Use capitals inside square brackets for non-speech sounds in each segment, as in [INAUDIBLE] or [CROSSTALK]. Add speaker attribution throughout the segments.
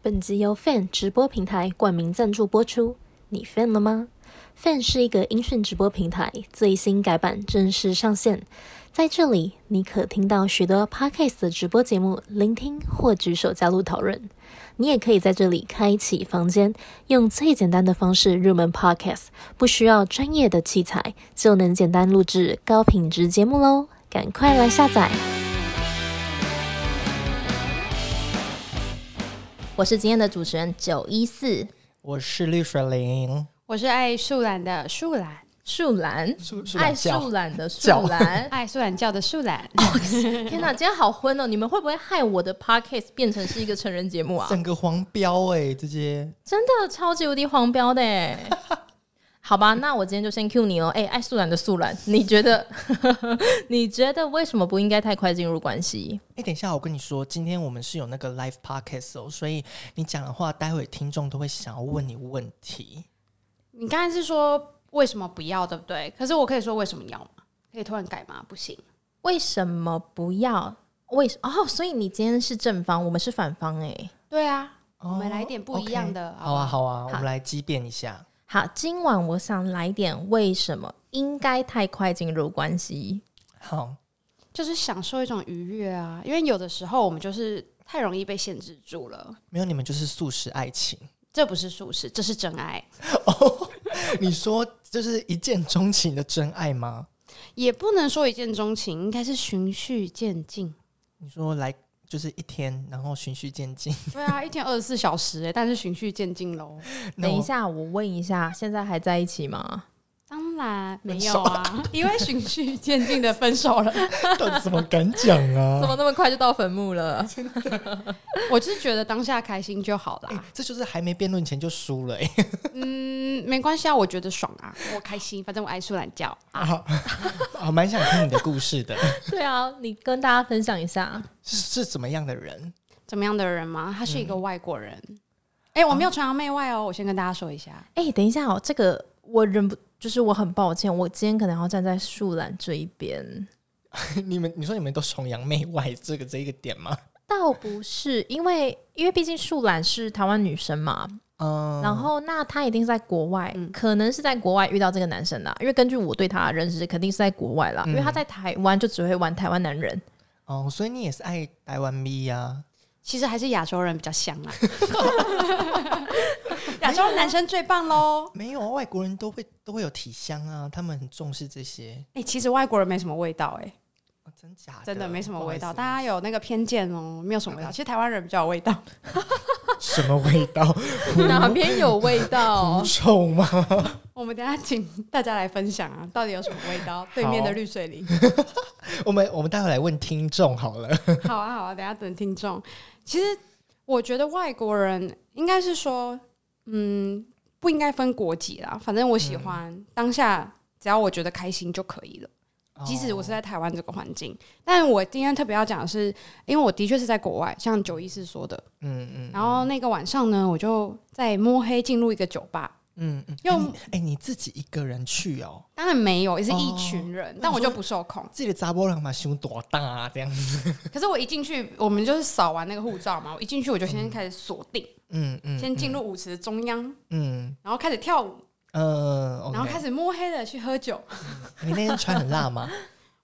Speaker 1: 本集由 Fan 直播平台冠名赞助播出。你 Fan 了吗？Fan 是一个音讯直播平台，最新改版正式上线。在这里，你可听到许多 Podcast 的直播节目，聆听或举手加入讨论。你也可以在这里开启房间，用最简单的方式入门 Podcast，不需要专业的器材，就能简单录制高品质节目喽！赶快来下载。我是今天的主持人九一四
Speaker 2: 我是绿水灵，
Speaker 3: 我是爱树懒的树懒，
Speaker 1: 树懒，
Speaker 2: 树树
Speaker 1: 爱
Speaker 2: 懒
Speaker 1: 树
Speaker 2: 叫
Speaker 1: 懒的树
Speaker 2: 叫
Speaker 1: 懒。 [LAUGHS]
Speaker 3: 爱树懒叫的树懒。
Speaker 1: 天哪，今天好昏哦！你们会不会害我的 podcast 变成是一个成人节目
Speaker 2: [LAUGHS]
Speaker 1: 啊？
Speaker 2: 整个黄标哎、直接
Speaker 1: 真的超级无敌黄标的欸 [LAUGHS] 好吧，那我今天就先 Q 你哦。哎、爱素兰的素兰， [LAUGHS] 你觉得你觉得为什么不应该太快进入关系？
Speaker 2: 哎、等一下，我跟你说，今天我们是有那个 live podcast 哦，所以你讲的话，待会听众都会想要问你问题。
Speaker 3: 你刚才是说为什么不要，对不对？可是我可以说为什么要吗？可以突然改吗？不行，
Speaker 1: 为什么不要？为什哦？所以你今天是正方，我们是反方哎、
Speaker 3: 对啊，
Speaker 2: 哦
Speaker 3: 我们来点不一样的
Speaker 2: OK
Speaker 3: 好不
Speaker 2: 好
Speaker 3: 好
Speaker 2: 啊，好啊，
Speaker 1: 好
Speaker 2: 我们来激辩一下。
Speaker 1: 好，今晚我想来点为什么应该太快进入关系？
Speaker 2: 好，
Speaker 3: 就是享受一种愉悦啊。因为有的时候我们就是太容易被限制住了，
Speaker 2: 没有你们就是素食爱情。
Speaker 3: 这不是舒适，这是真爱，
Speaker 2: 你说就是一见钟情的真爱吗？
Speaker 3: 也不能说一见钟情，应该是循序渐进。
Speaker 2: 你说来就是一天，然后循序渐进。
Speaker 3: 对啊，一天二十四小时、欸，但是循序渐进喽。
Speaker 2: 那
Speaker 1: 等
Speaker 2: 我
Speaker 1: 一，下，我问一下，现在还在一起吗？
Speaker 3: 当然没
Speaker 2: 分
Speaker 3: [LAUGHS]
Speaker 2: 手
Speaker 3: 有啊，因为循序渐进的分手了。
Speaker 2: 到底怎么敢讲
Speaker 1: [LAUGHS]
Speaker 4: [LAUGHS]
Speaker 2: 啊？
Speaker 1: 怎么那么快就到坟墓了？
Speaker 3: [LAUGHS] 我就是觉得当下开心就好啦
Speaker 2: 哎、。这就是还没辩论前就输了、哎。
Speaker 3: 嗯，没关系啊，我觉得爽啊，我开心，反正我爱睡懒觉。
Speaker 2: [LAUGHS] 啊，我蛮想听你的故事的，
Speaker 1: [LAUGHS] 对啊，你跟大家分享一下。
Speaker 2: 是是怎么样的人？ [LAUGHS]
Speaker 3: 怎么样的人吗？他是一个
Speaker 2: 嗯
Speaker 3: 外国人。哎、我没有崇洋媚外哦，我先跟大家说一下。
Speaker 1: 哎、等一下哦，这个我忍不，就是我很抱歉，我今天可能要站在树懒这一边。
Speaker 2: 你们你说你们都崇洋媚外这个这一个点吗？
Speaker 1: 倒不是，因为因为毕竟树懒是台湾女生嘛，
Speaker 2: 嗯，
Speaker 1: 然后那她一定是在国外，
Speaker 3: 嗯
Speaker 1: 可能是在国外遇到这个男生啦。因为根据我对他的认识，肯定是在国外啦，因为他
Speaker 2: 嗯
Speaker 1: 在台湾就只会玩台湾男人。
Speaker 2: 哦，所以你也是爱台湾咪啊呀、
Speaker 3: 其实还是亚洲人比较香
Speaker 2: [LAUGHS]
Speaker 3: 啊，亚洲男生最棒喽。
Speaker 2: 没有啊，外国人都会都会有体香啊，他们很重视这些。
Speaker 3: 哎、其实外国人没什么味道、哎，
Speaker 2: 哦真假的？
Speaker 3: 真的没什么味道，
Speaker 2: 不
Speaker 3: 大
Speaker 2: 好啊
Speaker 3: 家有那个偏见哦，没有什么味道。其实台湾人比较有味道，
Speaker 2: 意 [LAUGHS] 思什么味道？
Speaker 1: [LAUGHS]
Speaker 2: [LAUGHS]
Speaker 1: 哪边有味道
Speaker 2: 狐？臭吗？
Speaker 3: 我们等一下请大家来分享啊，到底有什么味道？对面的绿水灵。
Speaker 2: 我们我们待会来问听众好了。
Speaker 3: 好啊，好啊，等一下等听众。其实我觉得外国人应该是说，嗯，不应该分国籍啦。反正我喜欢、当下，只要我觉得开心就可以了。 [LAUGHS]
Speaker 2: 嗯
Speaker 3: 即使
Speaker 2: 哦
Speaker 3: 我是在台湾这个环境，但我今天特别要讲的是，因为我的确是在国外，像九一四说的。
Speaker 2: 嗯嗯
Speaker 3: 然后那个晚上呢，我就在摸黑进入一个酒吧，
Speaker 2: 嗯嗯，
Speaker 3: 又
Speaker 2: 哎、你自己一个人去哦，
Speaker 3: 当然没有，也是一
Speaker 2: 哦
Speaker 3: 群人，
Speaker 2: 那
Speaker 3: 但
Speaker 2: 你
Speaker 3: 我就
Speaker 2: 说
Speaker 3: 不受控。
Speaker 2: 自己的杂波浪嘛，胸多大啊？这样子，
Speaker 3: 可是我一进去，我们就是扫完那个护照嘛，我一进去我就先开始锁定，
Speaker 2: 嗯嗯，
Speaker 3: 先进入舞池中央。
Speaker 2: 嗯，
Speaker 3: 然后开始跳舞，
Speaker 2: 嗯呃，
Speaker 3: 然后开
Speaker 2: 始，
Speaker 3: 始摸黑的去喝酒。
Speaker 2: 你那天穿很辣吗？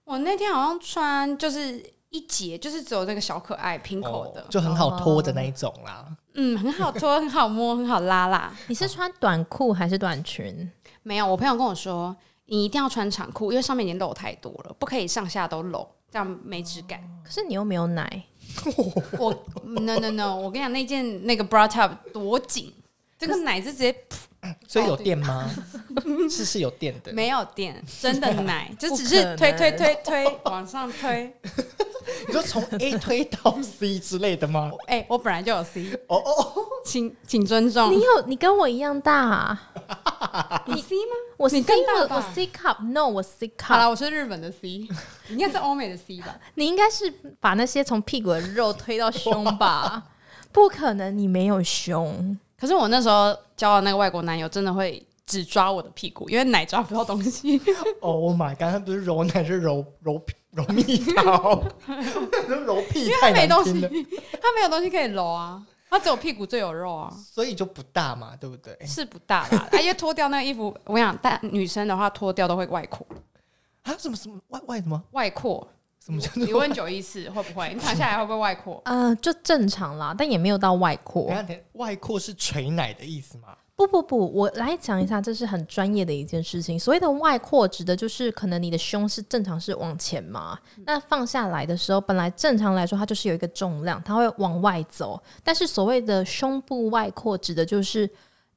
Speaker 3: 我那天好像穿就是一节，就是只有那个小可爱平口的，
Speaker 2: 哦就很好脱的那一种啦。
Speaker 3: 嗯，很好脱，很好摸，很好拉啦。
Speaker 1: [LAUGHS] 你是穿短裤还是短裙？
Speaker 3: 没有，我朋友跟我说，你一定要穿长裤，因为上面已经露太多了，不可以上下都露，这样没质感。
Speaker 1: 可是你又没有奶，
Speaker 3: 我 no no no，我跟你讲，那件那个 bra top 多紧，这个奶是直接
Speaker 2: 所以有电吗？是是有电的，
Speaker 3: 哦 [LAUGHS] 没有垫，真的奶，就
Speaker 1: [LAUGHS]
Speaker 3: 只
Speaker 1: 不
Speaker 3: 是
Speaker 1: 可
Speaker 3: 推
Speaker 1: 能
Speaker 3: 推推推往上推。
Speaker 2: 你说从 A 推到 C 之类的吗？
Speaker 3: 哎、我本来就有 C，
Speaker 2: 哦哦，
Speaker 3: 请请尊重。
Speaker 1: 你有你跟我一样大、啊
Speaker 3: [LAUGHS] 你 C 吗？
Speaker 1: 我 C
Speaker 3: 你更大
Speaker 1: 我
Speaker 3: 吧
Speaker 1: 我 C cup，no 我 C cup。
Speaker 3: 好了，我是日本的 C，你 [LAUGHS] 应该是欧美的 C 吧？
Speaker 1: 你应该是把那些从屁股的肉推到胸
Speaker 3: [LAUGHS]
Speaker 1: 吧？不可能，你没有胸。
Speaker 3: 可是我那时候交的那个外国男友真的会只抓我的屁股，因为奶抓不到东 [LAUGHS] 西。
Speaker 2: ，Oh my god！他不是揉奶，是揉揉揉蜜桃，揉屁
Speaker 3: [LAUGHS] 因为
Speaker 2: 太
Speaker 3: 他没
Speaker 2: 难
Speaker 3: 东西
Speaker 2: 听了。，
Speaker 3: 他没有东西可以揉啊，它只有屁股最有肉啊，
Speaker 2: [LAUGHS] 所以就不大嘛，对不哎对？
Speaker 3: 是不大啦。 [LAUGHS] 啊，因为脱掉那个衣服，我想大女生的话脱掉都会外扩，
Speaker 2: 啊，什么什么外外什么
Speaker 3: 外 [LAUGHS] 扩。
Speaker 2: 什么叫做
Speaker 3: 你问九一四会不会？你躺下来会不会外扩？
Speaker 4: 呃，就正常啦，但也没有到外
Speaker 2: 等
Speaker 4: 扩
Speaker 2: 一。下等一下外扩是垂奶的意思吗？
Speaker 4: 不不不，我来讲一下，这是很专业的一件事情。所谓的外扩，指的就是可能你的胸是正常是往前嘛，
Speaker 2: 嗯
Speaker 4: 那放下来的时候，本来正常来说它就是有一个重量，它会往外走。但是所谓的胸部外扩，指的就是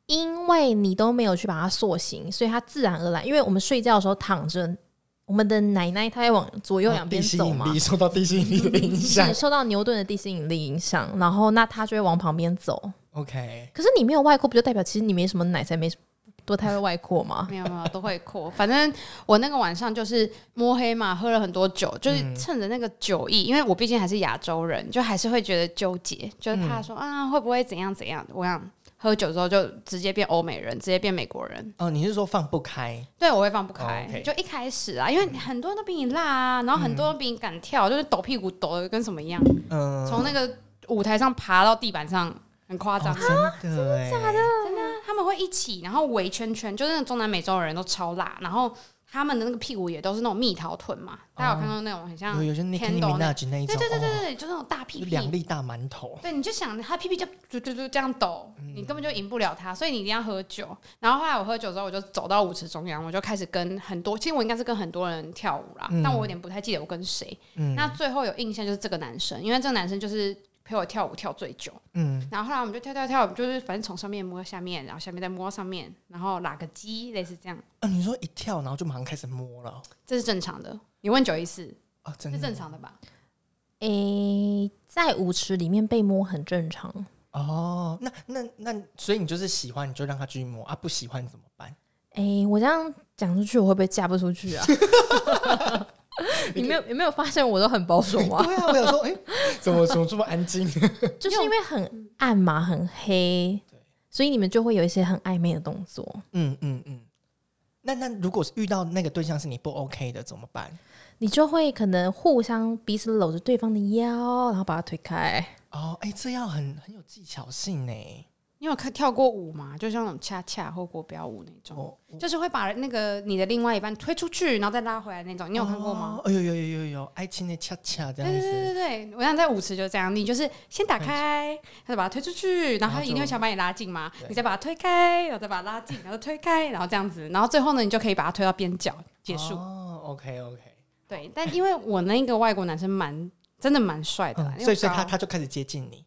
Speaker 4: 因为你都没有去把它塑形，所以它自然而然，因为我们睡觉的时候躺着，我们的奶奶它会往左右
Speaker 2: 哦
Speaker 4: 两边
Speaker 2: 地心
Speaker 4: 走嘛
Speaker 2: 引，力受到地心引力的影响
Speaker 3: [LAUGHS]
Speaker 4: 是。受到牛顿的地心引力影响，然后那它就会往旁边走。
Speaker 2: OK，
Speaker 4: 可是你没有外扩，不就代表其实你没什么奶才没什么多胎会外扩吗？
Speaker 3: 没有没有，都会扩。反正我那个晚上就是摸黑嘛，喝了很多酒，就是
Speaker 2: 嗯
Speaker 3: 趁着那个酒意，因为我毕竟还是亚洲人，就还是会觉得纠结，就是
Speaker 2: 嗯
Speaker 3: 怕说、啊会不会怎样怎样。我想喝酒之后就直接变欧美人，直接变美国人。
Speaker 2: 哦，你是说放不开？
Speaker 3: 对，我会放不开。
Speaker 2: 哦，OK 嗯
Speaker 3: 就一开始啊，因为很多人都比你辣啊，然后很多人比你敢跳，就是抖屁股抖的跟什么一样，
Speaker 2: 嗯，
Speaker 3: 从那个舞台上爬到地板上，很夸张。啊
Speaker 2: 哦真的哎，假的？
Speaker 3: 他们会一起，然后围圈圈，就是那种中南美洲人都超辣，然后他们的那个屁股也都是那种蜜桃臀嘛，大家有看到那种很像，
Speaker 2: 有
Speaker 3: 对
Speaker 2: 有些 Nicki
Speaker 3: Kendall 那
Speaker 2: Minaj 那一
Speaker 3: 对
Speaker 2: 种，
Speaker 3: 对对
Speaker 2: 哦，
Speaker 3: 对，就是那种大屁
Speaker 2: 就
Speaker 3: 屁，
Speaker 2: 两粒大馒头。
Speaker 3: 对，你就想他屁屁就嘟嘟嘟这样抖，
Speaker 2: 嗯
Speaker 3: 你根本就赢不了他，所以你一定要喝酒。然后后来我喝酒之后，我就走到舞池中央，我就开始跟很多，其实我应该是跟很多人跳舞啦，
Speaker 2: 嗯
Speaker 3: 但我有点不太记得我跟谁。
Speaker 2: 嗯
Speaker 3: 那最后有印象就是这个男生，因为这个男生就是陪我跳舞跳最久。
Speaker 2: 嗯，
Speaker 3: 然后后来我们就跳跳跳，就是反正从上面摸下面，然后下面再摸上面，然后拉个鸡，类似这样，
Speaker 2: 啊，你说一跳，然后就马上开始摸了
Speaker 3: 这是正常的。你问九一四，
Speaker 2: 啊，真
Speaker 3: 是
Speaker 2: 的
Speaker 3: 正常的吧？
Speaker 4: 诶、在舞池里面被摸很正常。
Speaker 2: 哦。那那那，所以你就是喜欢，你就让他继续摸啊，不喜欢怎么办？
Speaker 4: 诶、我这样讲出去，我会不会嫁不出去啊？你没有有没有发现我都很保守
Speaker 2: [LAUGHS]
Speaker 4: 吗？
Speaker 2: 对啊，我想说，哎，怎么怎么这么安静？
Speaker 4: 就是因为很暗嘛，很黑
Speaker 2: 对，
Speaker 4: 所以你们就会有一些很暧昧的动作。
Speaker 2: 嗯嗯嗯。那那如果是遇到那个对象是你不 OK 的怎么办？
Speaker 4: 你就会可能互相彼此搂着对方的腰，然后把它推开。
Speaker 2: 哦，哎、这要很很有技巧性呢。
Speaker 3: 你有看跳过舞吗？就像那种恰恰或国标舞那种，
Speaker 2: 哦，
Speaker 3: 就是会把那个你的另外一半推出去，然后再拉回来那种。你有看过吗？
Speaker 2: 哦？哎呦呦呦呦呦，爱情的恰恰这
Speaker 3: 对
Speaker 2: 样
Speaker 3: 对
Speaker 2: 子，
Speaker 3: 对对对，我想在舞池就是这样，你就是先打开，他就把它推出去，然
Speaker 2: 嗯然
Speaker 3: 后
Speaker 2: 后就
Speaker 3: 他一定会想把你拉近嘛
Speaker 2: 对，
Speaker 3: 你再把它推开，然后再把它拉近，然后推开，然后这样子，然后最后呢，你就可以把它推到边角结束。
Speaker 2: 哦，OK OK，
Speaker 3: 对，但因为我那个外国男生蛮真的蛮帅的啦，因
Speaker 2: 所
Speaker 3: 为
Speaker 2: 以嗯所以
Speaker 3: 高
Speaker 2: 他他就开始接近你。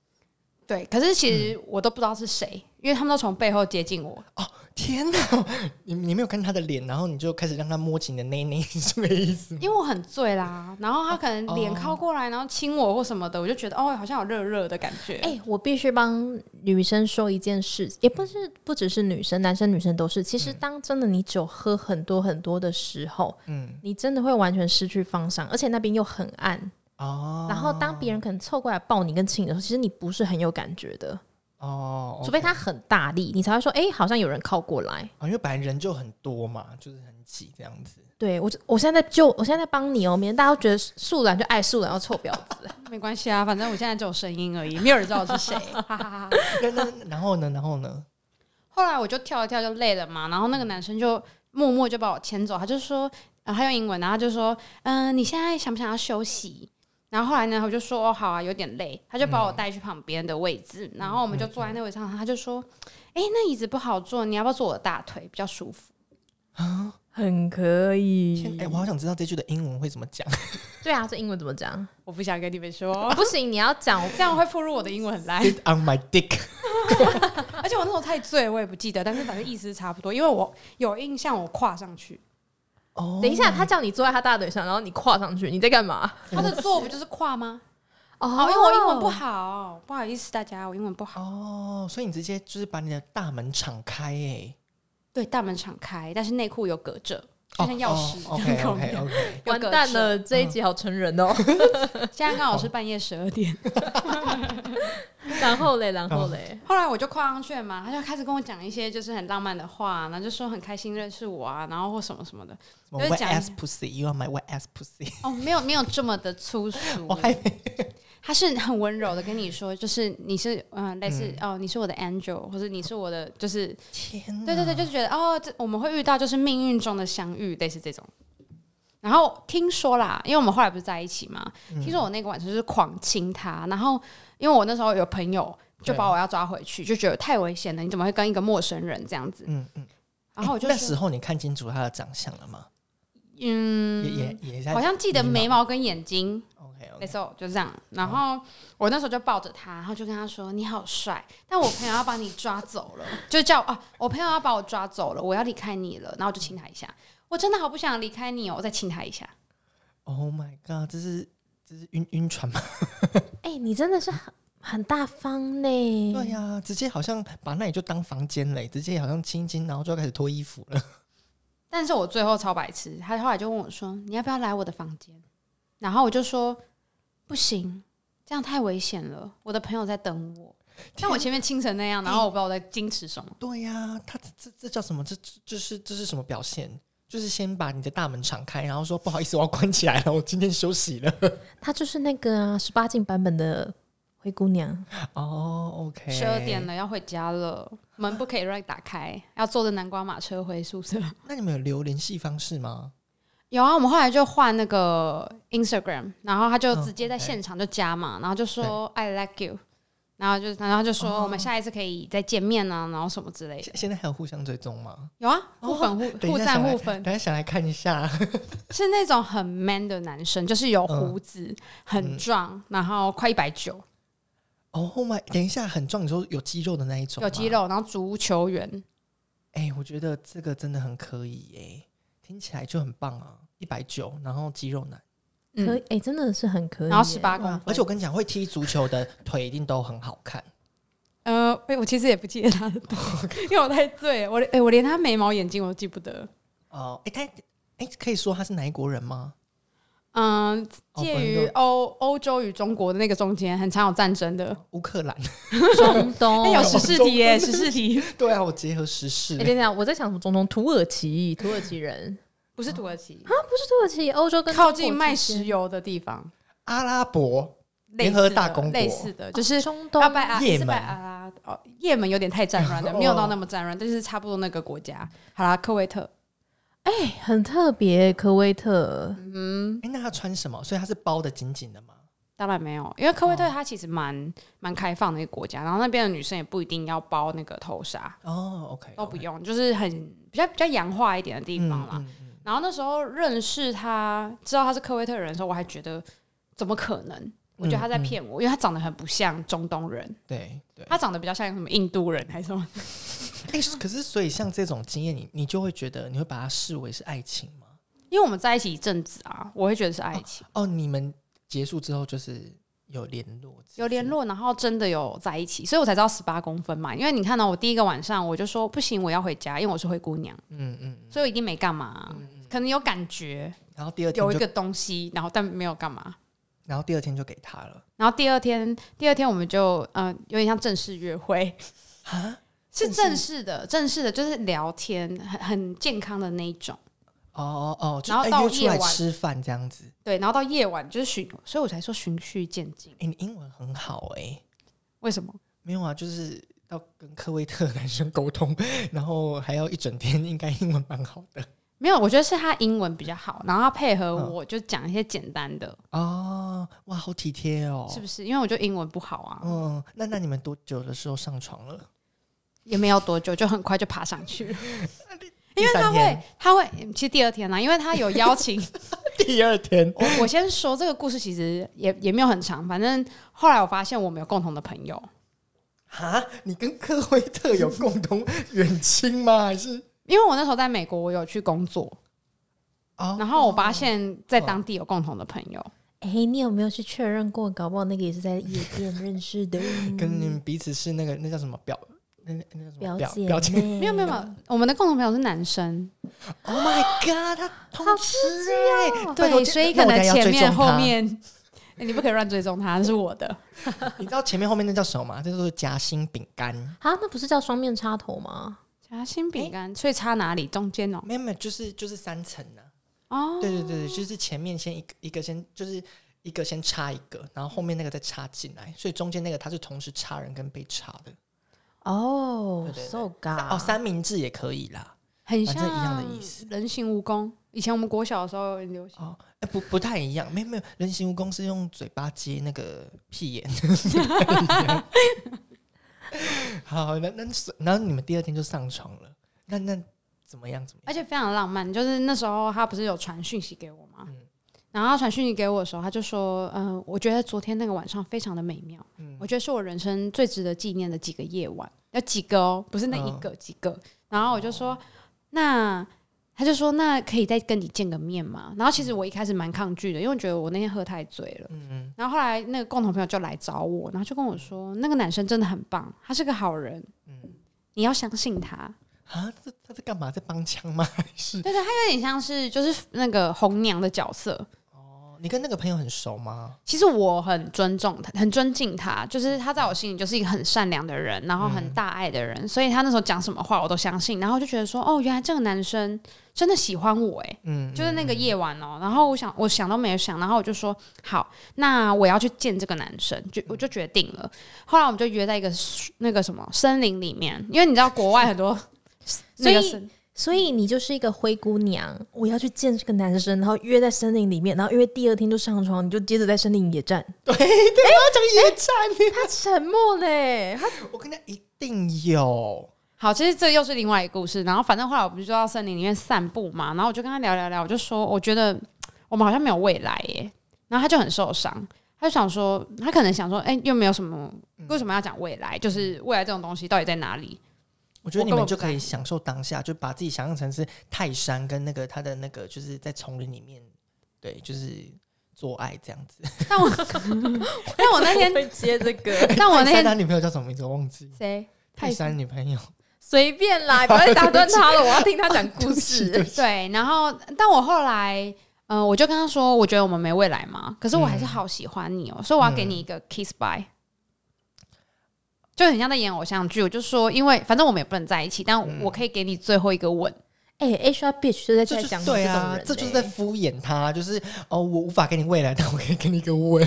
Speaker 3: 对，可是其实我都不知道是谁，因为他们都从背后接近我，
Speaker 2: 天哪， [LAUGHS] 你你没有看他的脸，然后你就开始让他摸起你的内内，是这个意思吗？
Speaker 3: 因为我很醉啦，然后他可能脸
Speaker 2: 哦
Speaker 3: 靠过来，然后亲我或什么的，我就觉得哦，好像有热热的感觉。
Speaker 4: 哎、我必须帮女生说一件事，也不是不只是女生，男生女生都是。其实，当真的你酒喝很多很多的时候，
Speaker 2: 嗯，
Speaker 4: 你真的会完全失去方向，而且那边又很暗。
Speaker 2: 哦，
Speaker 4: 然后，当别人可能凑过来抱你跟亲你的时候，其实你不是很有感觉的，
Speaker 2: 哦，OK，
Speaker 4: 除非他很大力，你才会说，哎、好像有人靠过来。
Speaker 2: 哦，因为本来人就很多嘛，就是很挤这样子。
Speaker 4: 对我，我现在在就我现在在帮你哦，免得大家都觉得素兰就爱素兰，要臭婊子。
Speaker 3: 没关系啊，反正我现在只有声音 [LAUGHS] 而已，没有人知道我是谁，哈哈哈哈。
Speaker 2: 那那然后呢？然后呢？
Speaker 3: 后来我就跳一跳就累了嘛，然后那个男生就默默就把我牵走，他就说，啊，他用英文，然后他就说，嗯、你现在想不想要休息？然后后来呢，我就说，哦，好啊，有点累，他就把我带去旁边的位置，然后我们就坐在那位置上，他就说，哎、那椅子不好坐，你要不要坐我的大腿，比较舒服？
Speaker 4: 很可
Speaker 2: 天，
Speaker 4: 以
Speaker 2: 哎、我好想知道这句的英文会怎么讲。
Speaker 4: 对啊，这英文怎么讲？
Speaker 3: 我不想跟你们说，
Speaker 4: 不行，你要讲
Speaker 3: [LAUGHS] 这样会暴露我的英文很烂，
Speaker 2: Sit [LAUGHS] on my dick。
Speaker 3: [LAUGHS] 而且我那时候太醉，我也不记得，但是反正意思是差不多，因为我有印象，我跨上去，
Speaker 2: 哦，
Speaker 4: 等一下，他叫你坐在他大腿上，然后你跨上去，你在干嘛？
Speaker 3: 他的坐不就是跨吗？
Speaker 4: 嗯哦
Speaker 3: 哦，因为我英文不。好，不好意思大家，我英文不好。
Speaker 2: 哦，所以你直接就是把你的大门敞开哎、
Speaker 3: 对，大门敞开，但是内裤有隔着，
Speaker 2: 哦
Speaker 3: 就像钥匙
Speaker 2: 哦
Speaker 3: 这样
Speaker 2: OK
Speaker 3: 扣面
Speaker 2: OK OK。
Speaker 4: 完蛋了，这一集好成人哦。
Speaker 3: 嗯现在刚好是半夜十二点，
Speaker 4: [LAUGHS] 然后嘞，然后嘞，
Speaker 3: 后来我就跨上去了嘛，他就开始跟我讲一些就是很浪漫的话，然后就说很开心认识我啊，然后或什么什么的。
Speaker 2: 什么
Speaker 3: 哦就是
Speaker 2: wet
Speaker 3: 讲 [LAUGHS]
Speaker 2: ass pussy，you are my wet ass pussy。
Speaker 3: 哦，没有没有这么的粗俗
Speaker 2: 我，还没
Speaker 3: 他是很温柔的跟你说，就是你是嗯、呃类似、哦，你是我的 angel，或者你是我的，就是
Speaker 2: 天，
Speaker 3: 对对对，，就是觉得哦，这我们会遇到就是命运中的相遇，类似这种。然后听说啦，因为我们后来不是在一起嘛，
Speaker 2: 嗯
Speaker 3: 听说我那个晚上就是狂亲他，然后因为我那时候有朋友就把我要抓回去，就觉得太危险了，你怎么会跟一个陌生人这样子？
Speaker 2: 嗯嗯。
Speaker 3: 然后我就
Speaker 2: 那
Speaker 3: 说
Speaker 2: 时候你看清楚他的长相了吗？也
Speaker 3: 嗯，
Speaker 2: 也也在
Speaker 3: 好像记得眉毛跟眼睛，
Speaker 2: OK
Speaker 3: 那
Speaker 2: OK，
Speaker 3: 时候就这样。然后我那时候就抱着他，然后就跟他说：“你好帅，但我朋友要把你抓走了， [LAUGHS] 就叫啊，我朋友要把我抓走了，我要离开你了。”然后我就亲他一下，我真的好不想离开你哦，我再亲他一下。
Speaker 2: Oh my god，这是这是晕晕船
Speaker 3: [LAUGHS]
Speaker 2: 吗？
Speaker 4: 哎、你真的是很很大方呢。
Speaker 2: 对呀、直接好像把那里就当房间嘞，直接好像亲一亲，然后就开始脱衣服了。
Speaker 3: 但是我最后超白痴，他后来就问我说：“你要不要来我的房间？”然后我就说：“不行，这样太危险了，我的朋友在等我。”但我前面亲 [LAUGHS] 成那样，然后我不知道我在矜持什么。
Speaker 2: 对呀、他这这这叫什么？这这这是这是什么表现？就是先把你的大门敞开，然后说不好意思，我要关起来了，我今天休息了。
Speaker 4: 她就是那个啊，十八禁版本的灰姑娘。
Speaker 2: 哦，OK、o k
Speaker 3: 十二点。了，要回家了，门不可以乱打开，要坐着南瓜马车回宿舍。
Speaker 2: 那你们有留联系方式吗？
Speaker 3: 有啊，我们后来就换那个 Instagram，然后他就
Speaker 2: 嗯
Speaker 3: 直接在
Speaker 2: OK
Speaker 3: 现场就加嘛，然后就说 I like you，然后就然后他就
Speaker 2: 哦
Speaker 3: 说我们下一次可以再见面啊，然后什么之类的
Speaker 2: 现。现在还有互相追踪吗？
Speaker 3: 有啊，
Speaker 2: 哦
Speaker 3: 互粉互、
Speaker 2: 等一
Speaker 3: 互
Speaker 2: 下
Speaker 3: 赞
Speaker 2: 想来
Speaker 3: 互粉， [LAUGHS]
Speaker 2: 大家想来看一下。
Speaker 3: 是那种很 man 的男生，就是有
Speaker 2: 嗯
Speaker 3: 胡子，很壮，然后快一百九，
Speaker 2: 哦、oh、my，等一下，很壮，你说有肌肉的那一种，
Speaker 3: 有肌。肉，然后足球员。
Speaker 2: 哎、我觉得这个真的很可以哎、听起来就很棒啊，一百九，然后肌肉男，
Speaker 4: 可以
Speaker 3: 嗯，
Speaker 4: 哎、真的是很可以耶。
Speaker 3: 然后十八公分，
Speaker 2: 而且我跟你讲，会踢足球的腿一定都很好看。
Speaker 3: 呃，哎、我其实也不记得他
Speaker 2: [LAUGHS]
Speaker 3: 的多，因为我太醉了，我哎、诶我连他眉毛眼睛我都记不得。
Speaker 2: 哦，哎、他哎、可以说他是哪一国人吗？
Speaker 3: 嗯，
Speaker 2: 哦
Speaker 3: 介
Speaker 2: 不能
Speaker 3: 于
Speaker 2: 说
Speaker 3: 欧欧洲与中国的那个中间，很常有战争的。
Speaker 2: 乌克兰。 [LAUGHS]
Speaker 4: 中东。
Speaker 3: 那有十事题耶，十事题
Speaker 2: 对啊，我结合时事
Speaker 4: 哎、等一下，我在想什么中东？土耳其，土耳其人
Speaker 3: 不是土耳其，
Speaker 4: 啊，不是土耳其，欧洲跟
Speaker 3: 靠
Speaker 4: 中
Speaker 3: 近
Speaker 4: 国
Speaker 3: 卖
Speaker 4: 之间
Speaker 3: 石油的地方，
Speaker 2: 阿拉伯
Speaker 3: 类似
Speaker 2: 联合
Speaker 3: 的
Speaker 2: 大公国
Speaker 3: 类似的，就是
Speaker 4: 中东
Speaker 3: 阿拜阿
Speaker 2: 也
Speaker 3: 是
Speaker 2: 门
Speaker 3: 拜阿拉哦，也门有点太战 [LAUGHS] 乱了，没有到那么战乱，但是差不多那个国家。好啦，科威特，
Speaker 4: 哎很特别，科威特。
Speaker 3: 嗯，
Speaker 2: 哎、那他穿什么？所以他是包的紧紧的吗？
Speaker 3: 当然没有，因为科威特它其实蛮蛮开放的一个国家，然后那边的女生也不一定要包那个头纱，
Speaker 2: 哦，OK，
Speaker 3: 都不用，就是很比较比较洋化一点的地方啦。
Speaker 2: 嗯嗯
Speaker 3: 然后那时候认识他，知道他是科威特人的时候，我还觉得怎么可能？我觉得他在骗
Speaker 2: 嗯
Speaker 3: 我，因为他长得很不像中东人，
Speaker 2: 对对。
Speaker 3: 他长得比较像什么印度人还是什
Speaker 2: [LAUGHS]
Speaker 3: 么？
Speaker 2: 哎、可是所以像这种经验，你你就会觉得你会把它视为是爱情吗？
Speaker 3: 因为我们在一起一阵子啊，我会觉得是爱情，
Speaker 2: 哦，你们结束之后就是有联络，是不是
Speaker 3: 有联。络，然后真的有在一起，所以我才知道十八公分嘛。因为你看到、哦我第一个晚上我就说不行，我要回家，因为我是灰姑娘，
Speaker 2: 嗯嗯。嗯
Speaker 3: 所以我一定没干嘛啊、可能有感觉，
Speaker 2: 然后第二天
Speaker 3: 有一
Speaker 2: 就，
Speaker 3: 个东西，然后但没有干嘛。
Speaker 2: 然后第二天就给他了。
Speaker 3: 然后第二天，第二天我们就嗯、呃有点像正式约会，
Speaker 2: 啊？
Speaker 3: [LAUGHS] 是正式的，正式的，就是聊天，很很健康的那一种。
Speaker 2: 哦哦哦，就
Speaker 3: 然后
Speaker 2: 哎
Speaker 3: 到
Speaker 2: 约出来
Speaker 3: 夜晚
Speaker 2: 吃饭这样子。
Speaker 3: 对，然后到夜晚就是循，所以我才说循序渐进。
Speaker 2: 哎，你英文很好哎、
Speaker 3: 为什么？
Speaker 2: 没有啊，就是要跟科威特男生沟通， [LAUGHS] 然后还要一整天，应该英文蛮好的。
Speaker 3: 没有，我觉得是他英文比较好，然后他配合我就讲一些简单的，
Speaker 2: 哦，哇，好体贴哦。
Speaker 3: 是不是？因为我就英文不好啊，
Speaker 2: 嗯，那那你们多久的时候上床了？
Speaker 3: 也没有多久，就很快就爬上去了。
Speaker 2: 因为
Speaker 3: 他会，他会，嗯其实第二天呢、因为他有邀请
Speaker 2: 第二天，
Speaker 3: 我。我先说这个故事，其实也也没有很长，反正后来我发现我们有共同的朋友，
Speaker 2: 哈，你跟科威特有共同远亲吗？还是？
Speaker 3: 因为我那时候在美国，我有去工作，
Speaker 2: 哦
Speaker 3: 然后我发现在当地有共同的朋友，
Speaker 4: 哎、你有没有去确认过？搞不好那个也是在夜店认识的
Speaker 2: 跟你们彼此是那个那叫什么表，那那那叫什么
Speaker 4: 表
Speaker 2: 表
Speaker 4: 姐
Speaker 2: 表情
Speaker 4: 妹
Speaker 3: 没有没有没有，我们的共同朋友是男生，
Speaker 2: ？Oh my god，他通吃哎、拜托
Speaker 3: 哦对，所以
Speaker 2: 那
Speaker 3: 可
Speaker 2: 我
Speaker 3: 能
Speaker 2: 等下要
Speaker 3: 前
Speaker 2: 追
Speaker 3: 面
Speaker 2: 踪
Speaker 3: 后
Speaker 2: 他
Speaker 3: 面、哎你不可以乱追踪他，那是我的。
Speaker 2: 你知道前面后面那叫什么吗？这叫做夹心饼干。
Speaker 4: 啊，那不是叫双面插头吗？
Speaker 3: 夹心饼干，所以插哪里？中间哦。
Speaker 2: 没有没有，就是就是三层呢、
Speaker 3: 哦，
Speaker 2: 对对对对，就是前面先一个一个先就是一个先插一个，然后后面那个再插进来，所以中间那个它是同时插人跟被插的。
Speaker 4: 哦
Speaker 2: 对对对
Speaker 4: ，so god，
Speaker 3: 啊
Speaker 2: 哦，三明治也可以啦。
Speaker 3: 很
Speaker 2: 反
Speaker 3: 像啊
Speaker 2: 正一样的意思
Speaker 3: 人形蜈蚣，以前我们国小的时候很流行。
Speaker 2: 哦，哎、不不太一样，没有没有，人形蜈蚣是用嘴巴接那个屁眼。 [LAUGHS] 好，那那然后你们第二天就上床了，那那怎么样？怎么样？
Speaker 3: 而且非常浪漫。就是那时候他不是有传讯息给我吗？
Speaker 2: 嗯
Speaker 3: 然后他传讯息给我的时候，他就说：“嗯、我觉得昨天那个晚上非常的美妙，
Speaker 2: 嗯
Speaker 3: 我觉得是我人生最值得纪念的几个夜晚，有几个哦，不是那一个，
Speaker 2: 嗯
Speaker 3: 几个。”然后我就
Speaker 2: 哦
Speaker 3: 说：“那。”他就说：“那可以再跟你见个面吗？”然后其实我一开始蛮抗拒的，因为我觉得我那天喝太醉了。
Speaker 2: 嗯，
Speaker 3: 然后后来那个共同朋友就来找我，然后就跟我说：“那个男生真的很棒，他是个好人，
Speaker 2: 嗯
Speaker 3: 你要相信他。”
Speaker 2: 啊，这他在干嘛？在帮腔吗？ [LAUGHS] 还是
Speaker 3: 对对，他有点像是就是那个红娘的角色。
Speaker 2: 哦，你跟那个朋友很熟吗？
Speaker 3: 其实我很尊重他，很尊敬他，就是他在我心里就是一个很善良的人，然后很大爱的人，所以他那时候讲什么话我都相信，然后就觉得说，哦，原来这个男生真的喜欢我，诶，
Speaker 2: 嗯，
Speaker 3: 就是那
Speaker 2: 嗯
Speaker 3: 个夜晚哦、然后我想，我想都没有想，然后我就说好，那我要去见这个男生，
Speaker 4: 嗯
Speaker 3: 就我就决定了。后来我们就约在一个树那个什么森林里面，因为你知道国外很多
Speaker 4: 所
Speaker 3: 那个
Speaker 4: 以
Speaker 3: 森，
Speaker 4: 所以你就是一个灰姑娘，我要去见这个男生，然后约在森林里面，然后约第二天就上床，你就接着在森林野战。
Speaker 2: 对对，我要讲野战，
Speaker 4: 他沉默嘞，他
Speaker 2: 我跟他一定有。
Speaker 3: 好，其实这又是另外一个故事。然后反正后来我不是就到森林里面散步嘛，然后我就跟他聊聊聊，我就说我觉得我们好像没有未来耶。然后他就很受伤，他就想说，他可能想说，哎、又没有什么，为什么要讲未来？就是未来这种东西到底在哪里？ [LAUGHS]
Speaker 2: 我觉得
Speaker 3: 我
Speaker 2: 你
Speaker 3: 根
Speaker 2: 们
Speaker 3: 本
Speaker 2: 就
Speaker 3: 不
Speaker 2: 可以
Speaker 3: 在
Speaker 2: 享受当下，就把自己想象成是泰山跟那个他的那个，就是在丛林里面，对，就是做爱这样子。
Speaker 3: 但我但我那天，
Speaker 4: 会接这个，
Speaker 3: 但哦我
Speaker 2: [LAUGHS]
Speaker 3: 那
Speaker 2: 泰山
Speaker 3: 天
Speaker 2: 他女朋友叫什么名字？我忘记。
Speaker 3: 谁？
Speaker 2: 泰山女朋友，
Speaker 4: 随便啦，不要再打断他了，我要听他讲 [LAUGHS] 故
Speaker 2: 对
Speaker 4: 事。
Speaker 2: 不起
Speaker 3: [LAUGHS] 对，然后但我后来，呃，我就跟他说，我觉得我们没未来嘛，可是我还
Speaker 2: 嗯
Speaker 3: 是好喜欢你哦、所以我要给你一个 kiss bye，、就很像在演偶像剧。我就说，因为反正我们也不能在一起，但我
Speaker 2: 嗯
Speaker 3: 可以给你最后一个吻。
Speaker 4: 哎、h r bitch 就在
Speaker 2: 这
Speaker 4: 在
Speaker 2: 就
Speaker 4: 讲
Speaker 2: 是
Speaker 4: 你这种
Speaker 2: 对
Speaker 4: 人、欸
Speaker 2: 啊，这就是在敷衍他，就是哦，我无法给你未来，但我可以给你一个吻。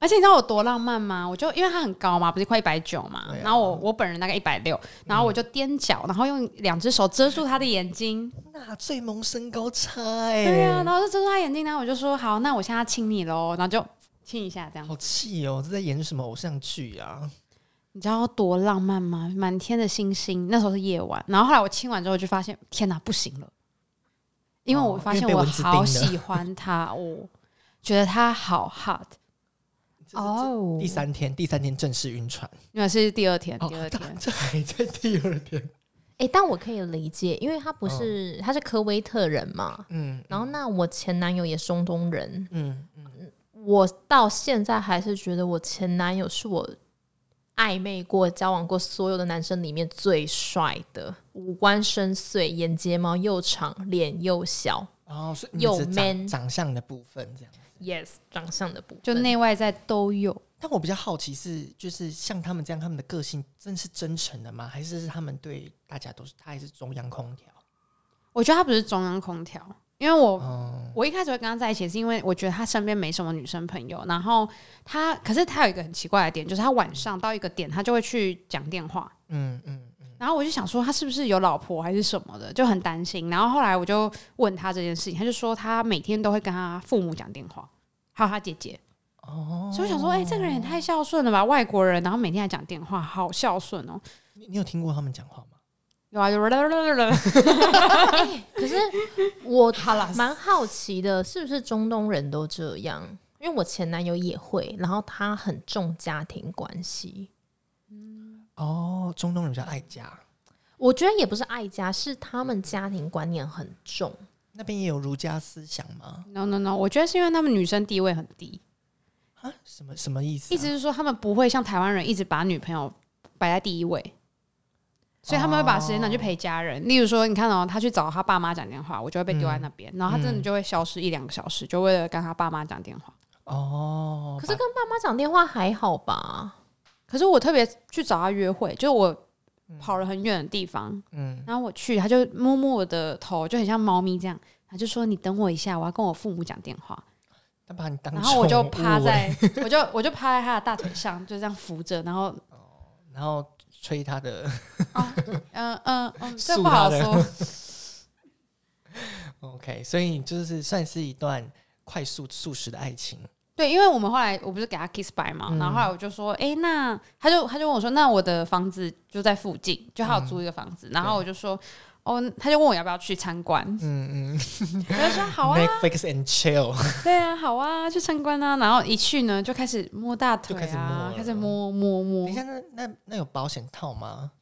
Speaker 3: 而且你知道我多浪漫吗？我就因为他很高嘛，不是快一百九嘛，
Speaker 2: 对啊嗯
Speaker 3: 然后我我本人大概一百六，然后我就踮脚，然后用两只手遮住他的眼睛，
Speaker 2: 那最萌身高差哎、
Speaker 3: 对啊，然后就遮住他眼睛，然后我就说好，那我现在亲你喽，然后就亲一下这样子
Speaker 2: 好气哦，这在演什么偶像剧啊？
Speaker 3: 你知道多浪漫吗？满天的星星，那时候是夜晚。然后后来我亲完之后就发现，天哪，不行了，因为
Speaker 2: 哦
Speaker 3: 我发
Speaker 2: 因
Speaker 3: 现
Speaker 2: 为被
Speaker 3: 我
Speaker 2: 蚊子叮
Speaker 3: 好
Speaker 2: 了
Speaker 3: 喜
Speaker 2: [LAUGHS]
Speaker 3: 欢他，我觉得他好 hot。
Speaker 4: 哦
Speaker 2: 第三天，第三天正式晕船。
Speaker 3: 因为是第二天，
Speaker 2: 哦
Speaker 3: 第二，
Speaker 2: 这
Speaker 3: 天，
Speaker 2: [LAUGHS] 这还在第二天。
Speaker 4: 哎、但我可以理解，因为他不是、他是科威特人嘛，
Speaker 2: [LAUGHS] 嗯
Speaker 4: 然后那我前男友也是中东人，
Speaker 2: 嗯，
Speaker 4: 我到现在还是觉得我前男友是我暧昧过、交往过所有的男生里面最帅的，五官深邃，眼睫毛又长，脸又小
Speaker 2: 哦，是
Speaker 4: 又
Speaker 2: 有
Speaker 4: man
Speaker 2: 长相的部分这样。
Speaker 4: ，yes，长相的部分
Speaker 3: 就内外在都有。
Speaker 2: 但我比较好奇是，就是像他们这样，他们的个性真是真诚的吗？还是是他们对大家都是，他也是中央空调？
Speaker 3: 我觉得他不是中央空调，因为我、
Speaker 2: 哦，
Speaker 3: 我一开始会跟他在一起，是因为我觉得他身边没什么女生朋友。然后他，可是他有一个很奇怪的点，就是他晚上到一个点，他就会去讲电话。
Speaker 2: 嗯嗯，
Speaker 3: 然后我就想说他是不是有老婆还是什么的，就很担心。然后后来我就问他这件事情，他就说他每天都会跟他父母讲电话，还有他姐姐。
Speaker 2: 哦，
Speaker 3: 所以我想说，哎、这个人也太孝顺了吧，外国人，然后每天还讲电话，好孝顺哦。
Speaker 2: 你你有听过他们讲话吗？
Speaker 3: 有啊，就
Speaker 4: 可是我
Speaker 3: 好啦
Speaker 4: 蛮好奇的，是不是中东人都这样？因为我前男友也会，然后他很重家庭关系，
Speaker 2: 哦，中东人比较爱家，
Speaker 4: 我觉得也不是爱家，是他们家庭观念很重。
Speaker 2: 那边也有儒家思想吗？
Speaker 3: no no no，我觉得是因为他们女生地位很低，
Speaker 2: 啊，什么什么意思、啊？
Speaker 3: 意思是说他们不会像台湾人一直把女朋友摆在第一位。所以他们会把时间拿去
Speaker 2: 哦
Speaker 3: 陪家人，例如说，你看哦，他去找他爸妈讲电话，我就会被丢
Speaker 2: 嗯
Speaker 3: 在那边，然后他真的就会消失一两个小时，就为了跟他爸妈讲电话。
Speaker 2: 哦，
Speaker 4: 可是
Speaker 2: 把
Speaker 4: 跟爸妈讲电话还好吧？
Speaker 3: 可是我特别去找他约会，就是我跑了很远的地方，
Speaker 2: 嗯，
Speaker 3: 然后我去，他就摸摸我的头，就很像猫咪这样，他就说：“你等我一下，我要跟我父母讲电话。”
Speaker 2: 他把你当
Speaker 3: 然后我就
Speaker 2: 宠物
Speaker 3: 趴
Speaker 2: 欸
Speaker 3: 在， [LAUGHS] 我就我就趴在他的大腿上，就这样扶着，然后
Speaker 2: 然后吹他的 [LAUGHS]
Speaker 3: 嗯嗯嗯，这
Speaker 2: 素
Speaker 3: 不好
Speaker 2: 他的
Speaker 3: 说。 [LAUGHS]
Speaker 2: OK，所以就是算是一段快速速食的爱情。
Speaker 3: 对，因为我们后来我不是给他 kiss bye 嘛，然后
Speaker 2: 嗯
Speaker 3: 后来我就说，哎、那他就他就问我说，那我的房子就在附近，就
Speaker 2: 嗯
Speaker 3: 他有租一个房子，然后我就说，哦，他就问我要不要去参观，
Speaker 2: 嗯嗯
Speaker 3: 我就说好
Speaker 2: [LAUGHS]
Speaker 3: 啊，
Speaker 2: ，Netflix and chill，
Speaker 3: 对啊，好啊，去参观啊，然后一去呢就开始摸大腿
Speaker 2: 就开始摸
Speaker 3: 啊
Speaker 2: 了，嗯
Speaker 3: 开始摸摸摸
Speaker 2: 等一，下，那那那有保险套吗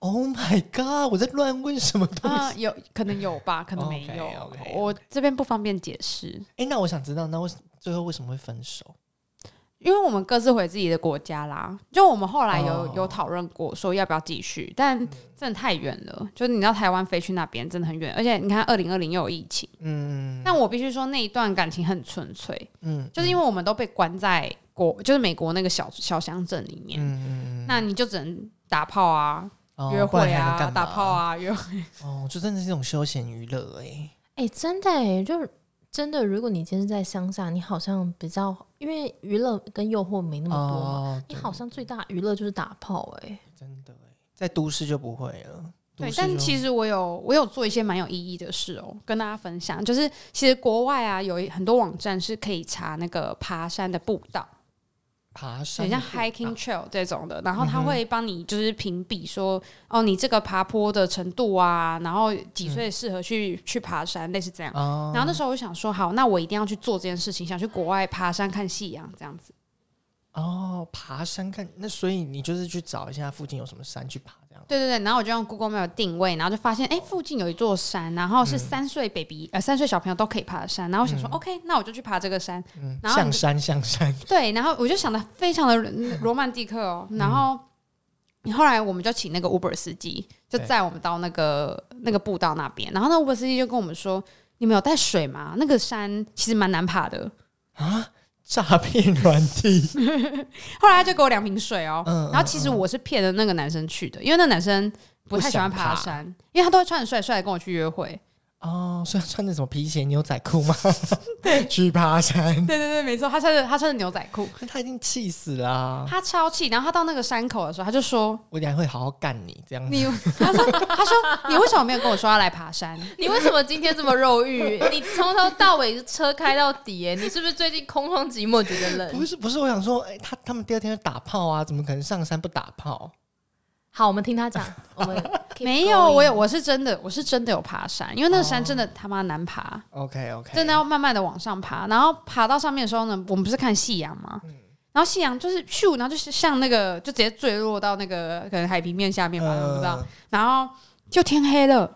Speaker 2: ？Oh my god！我在乱问什么东西？
Speaker 3: 啊、有可能有吧，可能没
Speaker 2: 哦
Speaker 3: 有
Speaker 2: OK，OK，OK
Speaker 3: 我这边不方便解释，
Speaker 2: 哎、那我想知道，那为最后为什么会分手？
Speaker 3: 因为我们各自回自己的国家啦，就我们后来有、
Speaker 2: 哦嗯
Speaker 3: 有讨论过说要不要继续，但真的太远了，就你到台湾飞去那边真的很远，而且你看二零二零又有疫情，
Speaker 2: 嗯
Speaker 3: 但我必须说那一段感情很纯粹，
Speaker 2: 嗯，
Speaker 3: 就是因为我们都被关在国，就是美国那个小小乡镇里面，
Speaker 2: 嗯嗯
Speaker 3: 那你就只能打炮啊、
Speaker 2: 嗯
Speaker 3: 约会
Speaker 2: 哦、
Speaker 3: 啊、打炮！啊、约会，
Speaker 2: 哦，就真的是一种休闲娱乐哎。
Speaker 4: 哎、真的哎、就是真的，如果你今天在乡下，你好像比较因为娱乐跟诱惑没那么多嘛，
Speaker 2: 哦，
Speaker 4: 你
Speaker 2: 对
Speaker 4: 好像最大娱乐就是打炮哎、
Speaker 2: 真的哎，在都市就不会了。
Speaker 3: 对，但其
Speaker 2: 实
Speaker 3: 实我有我有做一些蛮有意义的事哦，跟大家分享。就是其实国外啊，有一很多网站是可以查那个爬山的步道，
Speaker 2: 爬山
Speaker 3: 很
Speaker 2: 的
Speaker 3: 像
Speaker 2: 步
Speaker 3: hiking
Speaker 2: 道
Speaker 3: trail 这种的，然后它
Speaker 2: 嗯嗯哼
Speaker 3: 会帮你就是评比说，哦，你这个爬坡的程度啊，然后几岁适合去、去爬山，类似这样。
Speaker 2: 哦，
Speaker 3: 然后那时候我想说，好，那我一定要去做这件事情，想去国外爬山看夕阳这样子。
Speaker 2: 哦，爬山看那，所以你就是去找一下附近有什么山去爬这样。
Speaker 3: 对对对，然后我就用 Google Map 定位，然后就发现哎、诶附近有一座山，然后
Speaker 2: 嗯
Speaker 3: 是三岁 baby、呃三岁小朋友都可以爬的山，然后我想说、OK，那我就去爬这个山。
Speaker 2: 嗯，
Speaker 3: 然后
Speaker 2: 象
Speaker 3: 你就
Speaker 2: 山象山，
Speaker 3: 对，然后我就想的非常的 [LAUGHS] 嗯罗曼蒂克哦，然后。后来我们就请那个 Uber 司机，就
Speaker 2: 对
Speaker 3: 载我们到那个那个步道那边。然后那 Uber 司机就跟我们说：“你们有带水吗？那个山其实蛮难爬的。
Speaker 2: 啊，诈骗软体，”
Speaker 3: 后来他就给我两瓶水哦。
Speaker 2: 嗯嗯
Speaker 3: 然后其实我是骗了那个男生去的，因为那男生不太喜欢
Speaker 2: 不想爬
Speaker 3: 爬山，因为他都会穿很帅帅的跟我去约会。
Speaker 2: 哦，所以他穿着什么皮鞋、牛仔裤吗？ [LAUGHS] 对，去爬山，
Speaker 3: 对对对，没错，他穿着他穿着牛仔裤，
Speaker 2: 那他已经气死啦、
Speaker 3: 他超气。然后他到那个山口的时候，他就说
Speaker 2: 我等一下会好好干你这样：“子。
Speaker 3: 你， [LAUGHS] 他说他说你为什么没有跟我说要来爬山？”
Speaker 4: 你为什么今天这么肉欲？你从头到尾车开到底、欸，你是不是最近空旷寂寞觉得
Speaker 2: 不
Speaker 4: 冷？
Speaker 2: 是不是，我想说，哎、他他们第二天就打炮啊，怎么可能上山不打炮？
Speaker 4: 好，我们听他讲。我
Speaker 2: [LAUGHS]
Speaker 4: 们 keep
Speaker 3: 没有，
Speaker 4: going
Speaker 3: 我有，我是真的，我是真的有爬山，因为那个山真的他妈难爬，
Speaker 2: OK OK，
Speaker 3: 真的要慢慢的往上爬。然后爬到上面的时候呢，我们不是看夕阳吗？然后夕阳就是咻，然后就是像那个就直接坠落到那个可能海平面下面吧，我不知道。然后就天黑了，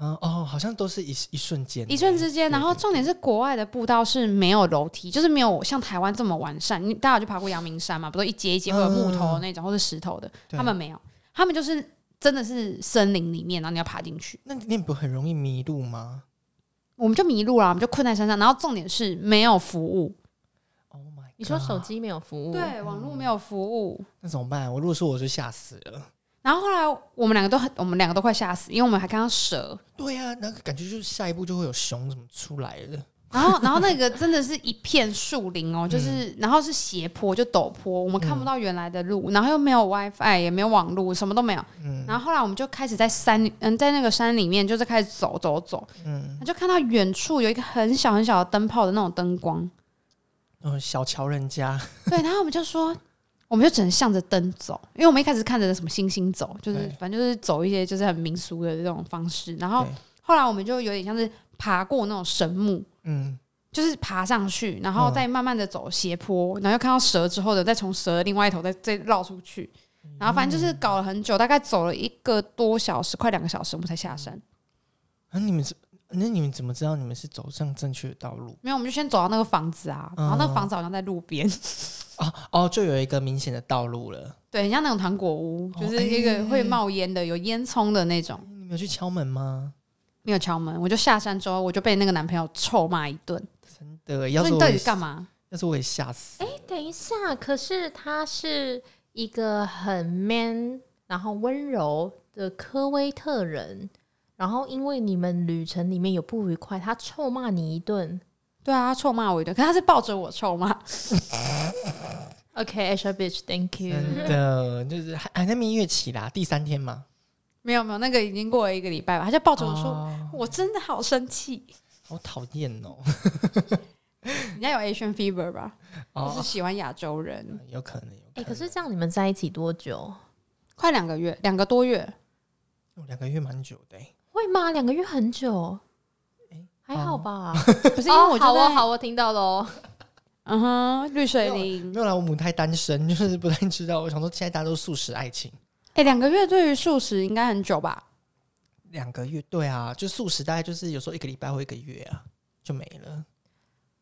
Speaker 2: 嗯、啊哦，好像都是一一瞬间，
Speaker 3: 一瞬之间。然后重点是国外的步道是没有楼梯，就是没有像台湾这么完善。你大家有去爬过阳明山嘛？不都一阶一阶会有木头那种，或是石头的？
Speaker 2: 对
Speaker 3: 他们没有，他们就是真的是森林里面，然后你要爬进去。
Speaker 2: 那你不很容易迷路吗
Speaker 3: 我们就迷路了，我们就困在山上。然后重点是没有服务，
Speaker 2: ？Oh my，
Speaker 4: 你说手
Speaker 2: God，
Speaker 4: 机没有服务？
Speaker 3: 对，网络没有服务。
Speaker 2: 那怎么办？我如果说我就吓死了。
Speaker 3: 然后后来我们两个都很，我们两个都快吓死，因为我们还看到蛇。
Speaker 2: 对呀、那个感觉就是下一步就会有熊什么出来了。
Speaker 3: 然后， [LAUGHS] 然后那个真的是一片树林哦，就是，然后是斜坡，就陡坡，我们看不到原来的路，然后又没有 WiFi，也没有网路，什么都没有。
Speaker 2: 嗯
Speaker 3: 然后后来我们就开始在山，嗯，在那个山里面，就是开始走走走，
Speaker 2: 嗯，
Speaker 3: 就看到远处有一个很小很小的灯泡的那种灯光，
Speaker 2: 哦，小瞧人家， [LAUGHS]
Speaker 3: [LAUGHS] 对，然后我们就说，我们就只能向着灯走，因为我们一开始看着什么星星走，就是
Speaker 2: 对
Speaker 3: 反正就是走一些就是很民俗的这种方式。然后
Speaker 2: 对
Speaker 3: 后来我们就有点像是爬过那种神木，
Speaker 2: 嗯，
Speaker 3: 就是爬上去，然后
Speaker 2: 嗯
Speaker 3: 再慢慢的走斜坡，然后又看到蛇之后的，再从蛇的另外一头再再绕出去。
Speaker 2: 嗯
Speaker 3: 然后反正就是搞了很久，大概走了一个多小时，快两个小时，我们才下
Speaker 2: 嗯
Speaker 3: 山。
Speaker 2: 那、啊你们是，那你们怎么知道你们是走上正确的道路？
Speaker 3: 没有，我们就先走到那个房子啊，然后那个
Speaker 2: 嗯
Speaker 3: 房子好像在路边， [LAUGHS]
Speaker 2: 啊哦，就有一个明显的道路了。
Speaker 3: 对，很像那种糖果屋，就
Speaker 2: 哦
Speaker 3: 是一个
Speaker 2: 哎
Speaker 3: 会冒烟的、有烟囱的那种。
Speaker 2: 你们有去敲门吗？
Speaker 3: 没有敲门，我就下山之后，我就被那个男朋友臭骂一顿，
Speaker 2: 真的，要
Speaker 3: 说
Speaker 2: 是
Speaker 3: 你
Speaker 2: 我
Speaker 3: 到
Speaker 2: 也
Speaker 3: 底干嘛？
Speaker 2: 要是我也吓死。
Speaker 4: 哎、等一下，可是他是一个很 man，然后温柔的科威特人，然后因为你们旅程里面有不愉快，他臭骂你一顿，
Speaker 3: 对啊，他臭骂我一顿，可是他是抱着我臭骂，
Speaker 4: OK，Asia Beach，Thank you。
Speaker 2: 真的就是还还在蜜月期啦，第三天嘛。
Speaker 3: 没有没有，那个已经过了一个礼拜吧，他就抱着我说，
Speaker 2: 哦
Speaker 3: 我真的好生气，
Speaker 2: 好讨厌哦。
Speaker 3: 人家有 Asian fever 吧，就是
Speaker 2: 哦，
Speaker 3: 喜欢亚洲人，
Speaker 2: 有可能，有可
Speaker 4: 哎、
Speaker 2: 能。
Speaker 4: 可是这样你们在一起多久？
Speaker 3: 快两个月，两个多月，
Speaker 2: 哦两个月蛮久的欸，
Speaker 4: 会吗？两个月很久，
Speaker 2: 哎
Speaker 4: 还好
Speaker 2: 哦
Speaker 4: 吧？
Speaker 3: 不是因为我就
Speaker 4: 好哦，
Speaker 3: 在
Speaker 4: 好哦，听到喽。
Speaker 3: 嗯哼，绿水灵
Speaker 2: 没。有啦，我母胎单身， [LAUGHS] 就是不太知道。我想说，现在大家都素食爱情，
Speaker 3: 哎、两个月对于素食应该很久吧？
Speaker 2: 两个月，对啊，就素食大概就是有时候一个礼拜或一个月啊，就没了。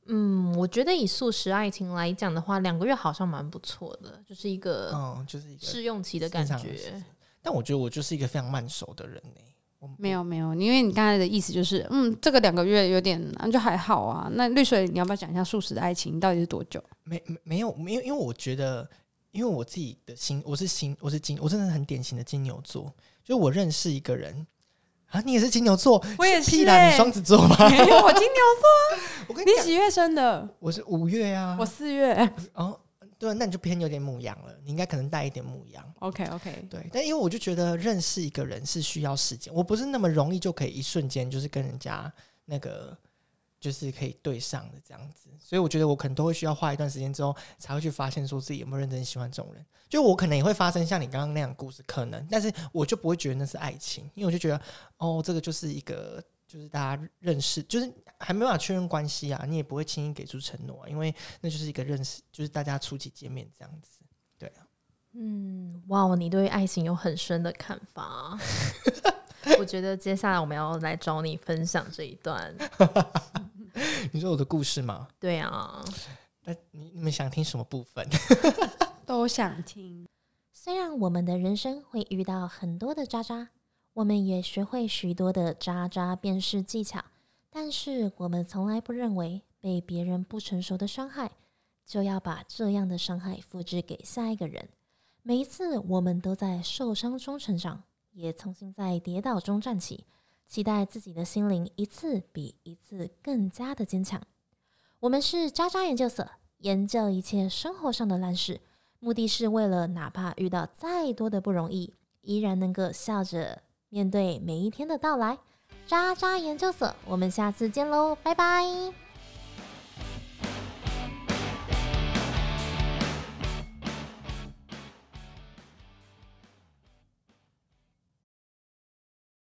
Speaker 4: 嗯，我觉得以素食爱情来讲的话，两个月好像蛮不错的，就是一个
Speaker 2: 嗯，就是一个。
Speaker 4: 试用呃期的感
Speaker 2: 正常的事
Speaker 4: 觉
Speaker 2: 情。但我觉得我就是一个非常慢熟的人呢、我
Speaker 3: 没有没有，因为你刚才的意思就是，嗯，这个两个月有点，那就还好啊。那绿水，你要不要讲一下素食的爱情到底是多久？
Speaker 2: 没没没有没有，因为我觉得，因为我自己的心，我是金，我是金，我真的很典型的金牛座。就我认识一个人啊，你也是金牛座，
Speaker 3: 我也欸
Speaker 2: 屁啦，
Speaker 4: 欸
Speaker 3: [LAUGHS]
Speaker 2: 你双子座吧？
Speaker 3: 没有，我金牛
Speaker 2: 我
Speaker 3: 座，
Speaker 2: 跟你
Speaker 3: 你
Speaker 2: 讲，
Speaker 3: 几月生的？
Speaker 2: 我是五月啊，
Speaker 3: 我四月。
Speaker 2: 哦，对，那你就偏有点母羊了，你应该可能带一点母羊。
Speaker 3: OK OK，
Speaker 2: 对，但因为我就觉得认识一个人是需要时间，我不是那么容易就可以一瞬间就是跟人家那个就是可以对上的这样子，所以我觉得我可能都会需要花一段时间之后才会去发现说自己有没有认真喜欢这种人。就我可能也会发生像你刚刚那样的故事，可能，但是我就不会觉得那是爱情，因为我就觉得哦，这个就是一个。就是大家认识，就是还没办法确认关系啊，你也不会轻易给出承诺啊，因为那就是一个认识，就是大家初期见面这样子。
Speaker 4: 嗯，哇，你对于爱情有很深的看
Speaker 2: [LAUGHS]
Speaker 4: 法。我觉得接下来我们要来找你分享这一段。
Speaker 2: 你说我的故事吗？
Speaker 4: 对啊，
Speaker 2: 那你你们想听什么部分？
Speaker 3: 都想听。
Speaker 1: 虽然我们的人生会遇到很多的渣渣，我们也学会许多的渣渣辨识技巧，但是我们从来不认为被别人不成熟的伤害，就要把这样的伤害复制给下一个人。每一次我们都在受伤中成长，也重新在跌倒中站起，期待自己的心灵一次比一次更加的坚强。我们是渣渣研究所，研究一切生活上的烂事。目的是为了哪怕遇到再多的不容易，依然能够笑着面对每一天的到来。渣渣研究所，我们下次见喽，拜拜。